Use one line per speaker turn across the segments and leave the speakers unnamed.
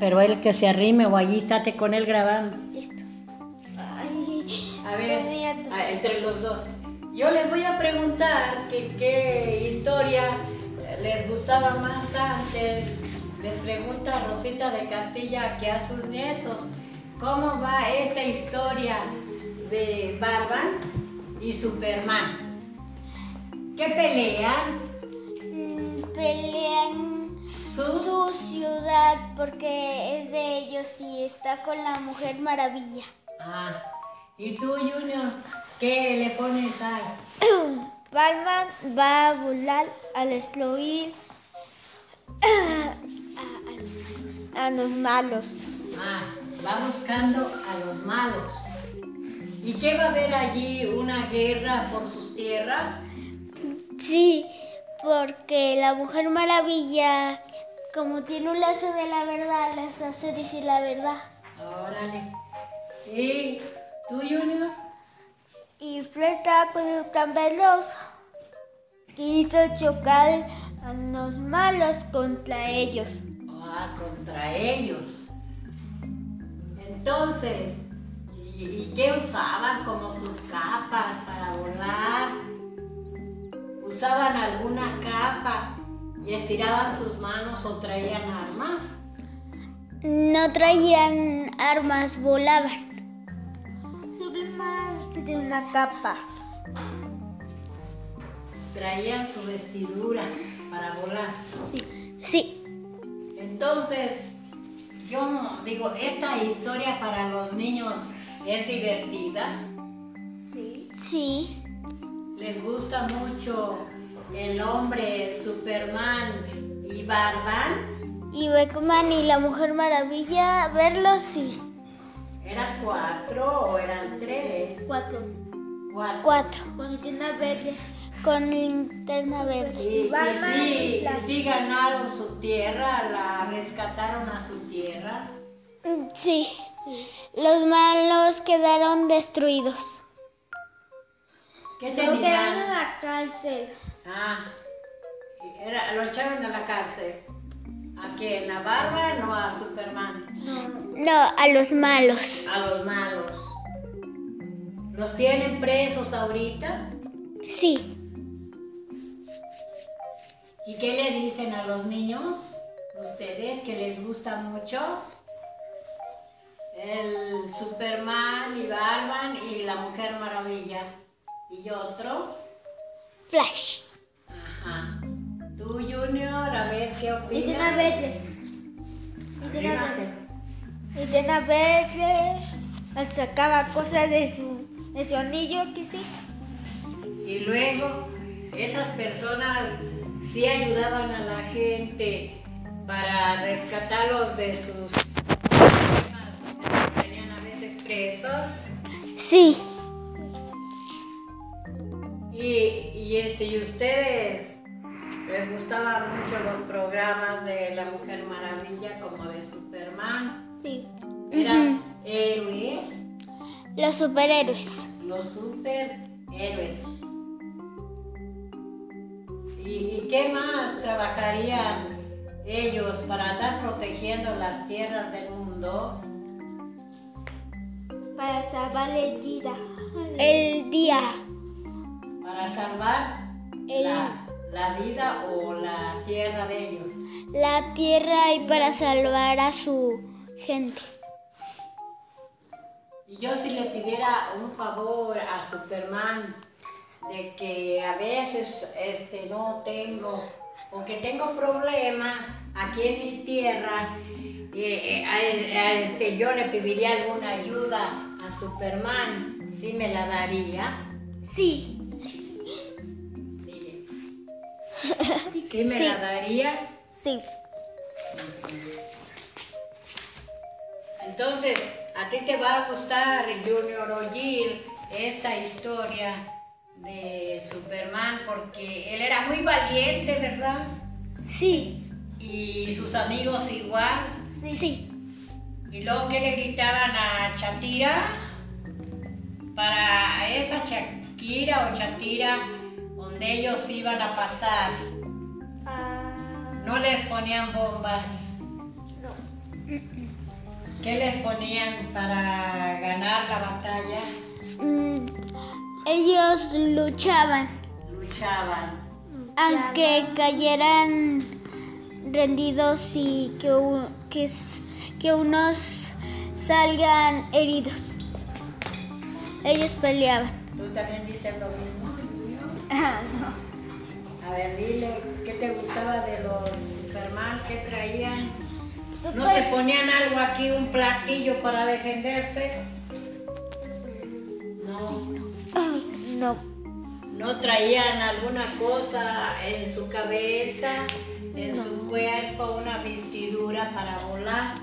pero el que se arrime o allí estate con él grabando.
Listo.
A ver, a- entre los dos. Yo les voy a preguntar que- qué historia eh, les gustaba más antes. Les pregunta Rosita de Castilla que a sus nietos, ¿cómo va esta historia de Barban y Superman? ¿Qué pelean?
Mm, Pelean
Sus...
su ciudad porque es de ellos y está con la Mujer Maravilla.
Ah, ¿y tú, Junior? ¿Qué le pones ahí?
Batman va a volar al destruir a, los malos.
Ah, va buscando a los malos. ¿Y qué va a haber allí? ¿Una guerra por sus tierras?
Sí, porque la Mujer Maravilla, como tiene un lazo de la verdad, les hace decir la verdad.
Órale. ¿Y tú, Junior?
Y fleta con el tan veloz quiso chocar a los malos contra ellos.
Ah, contra ellos. Entonces, ¿y, y qué usaban como sus capas para volar? ¿Usaban alguna capa y estiraban sus manos o traían armas?
No traían armas, volaban. Superman tiene una capa.
Traían su vestidura para volar.
Sí. Sí.
Entonces, yo digo, esta historia para los niños es divertida.
Sí. Sí.
Les gusta mucho el hombre Superman y Barban.
Y Batman y la Mujer Maravilla, verlos sí.
¿Eran cuatro o eran tres?
Cuatro.
Cuatro.
Cuatro. Con linterna verde. Con linterna verde.
Y, y sí, y sí ganaron su tierra, la rescataron a su tierra.
Mm, Sí. Los malos quedaron destruidos.
¿Qué tenían?
la cárcel.
Ah, era- lo echaron a la cárcel. ¿A quién? ¿A Barban o a Superman?
No, a los malos.
a los malos. ¿Los tienen presos ahorita?
Sí.
¿Y qué le dicen a los niños? ¿Ustedes que les gusta mucho? El Superman y Batman y la Mujer Maravilla. ¿Y otro?
Flash.
Ajá. Tú, Junior, a ver qué
Linterna
opinas.
verde. Linterna verde. Linterna verde. la Sacaba cosas de su, de su anillo, que sí.
Y luego, esas personas sí ayudaban a la gente para rescatarlos de sus problemas que tenían a veces presos.
Sí.
Y, y, este, y ustedes les gustaban mucho los programas de La Mujer Maravilla como de Superman.
Sí.
Eran héroes,
Los superhéroes.
los superhéroes. ¿Y, y qué más trabajarían ellos para andar protegiendo las tierras del mundo?
Para salvar el día. El día.
Para salvar
El-
la, la vida o la tierra de ellos.
La tierra y para salvar a su gente.
Y yo si le pidiera un favor a Superman de que a veces este, no tengo o que tengo problemas aquí en mi tierra, eh, eh, a- a- este, yo le pediría alguna ayuda a Superman, si me la daría.
Sí.
Sí, Sí me la daría.
Sí.
Entonces, a ti te va a gustar, Junior, oír esta historia de Superman porque él era muy valiente, ¿verdad?
Sí.
Y sus amigos igual.
Sí. Sí.
Y luego que le gritaban a Chatira, para esa Shakira o Chatira, donde ellos iban a
Ah,
pasar, no les ponían bombas.
no.
¿Qué les ponían para ganar la batalla?
Mm, ellos luchaban,
Luchaban.
aunque cayeran rendidos y que, u- que, s- que unos salgan heridos. Ellos peleaban.
¿Tú también dices lo mismo?
Ah, no.
A ver, dile, ¿qué te gustaba de los Germán? ¿Qué traían? ¿No
Súper-
se ponían algo aquí, un platillo para defenderse? No.
No.
¿No traían alguna cosa en su cabeza, en su cuerpo, una vestidura para volar?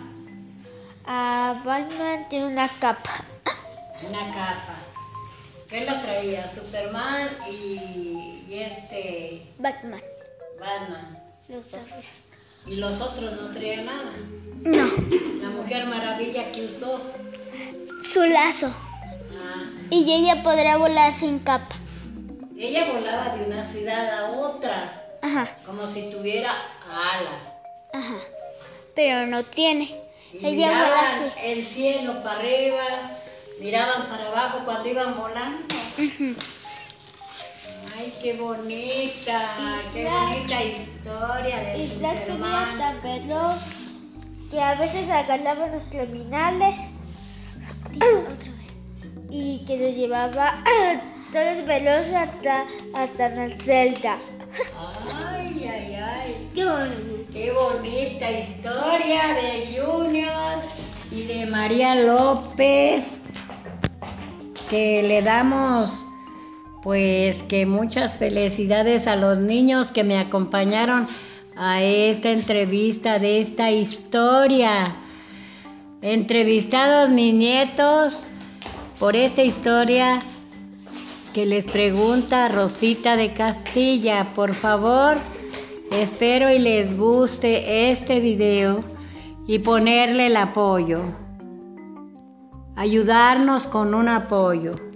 A Ah, Batman tiene una capa.
Una capa. ¿Qué lo traía? Superman y, y este
Batman.
Batman.
Los dos.
Y los otros no traían nada.
No.
La mujer maravilla que usó.
Su lazo.
Ah,
Y ella podrá volar sin capa.
ella volaba de una ciudad a otra,
Ajá,
como si tuviera ala.
ajá. Pero no tiene.
Y
Ella vuela
miraban
así.
el cielo para arriba, miraban para abajo cuando iban volando. Ay, qué bonita, qué bonita historia de
Islas que eran
Superman.
tan veloz que a veces agarraban los terminales y que los llevaba todos veloz hasta, hasta la celda.
Ay, ay, ay.
¡Qué bonito!
Qué bonita historia de Junior y de María López. Que le damos pues que muchas felicidades a los niños que me acompañaron a esta entrevista de esta historia. Entrevistados mis nietos por esta historia que les pregunta Rosita de Castilla. Por favor, espero y les guste este video y ponerle el apoyo. Ayudarnos con un apoyo.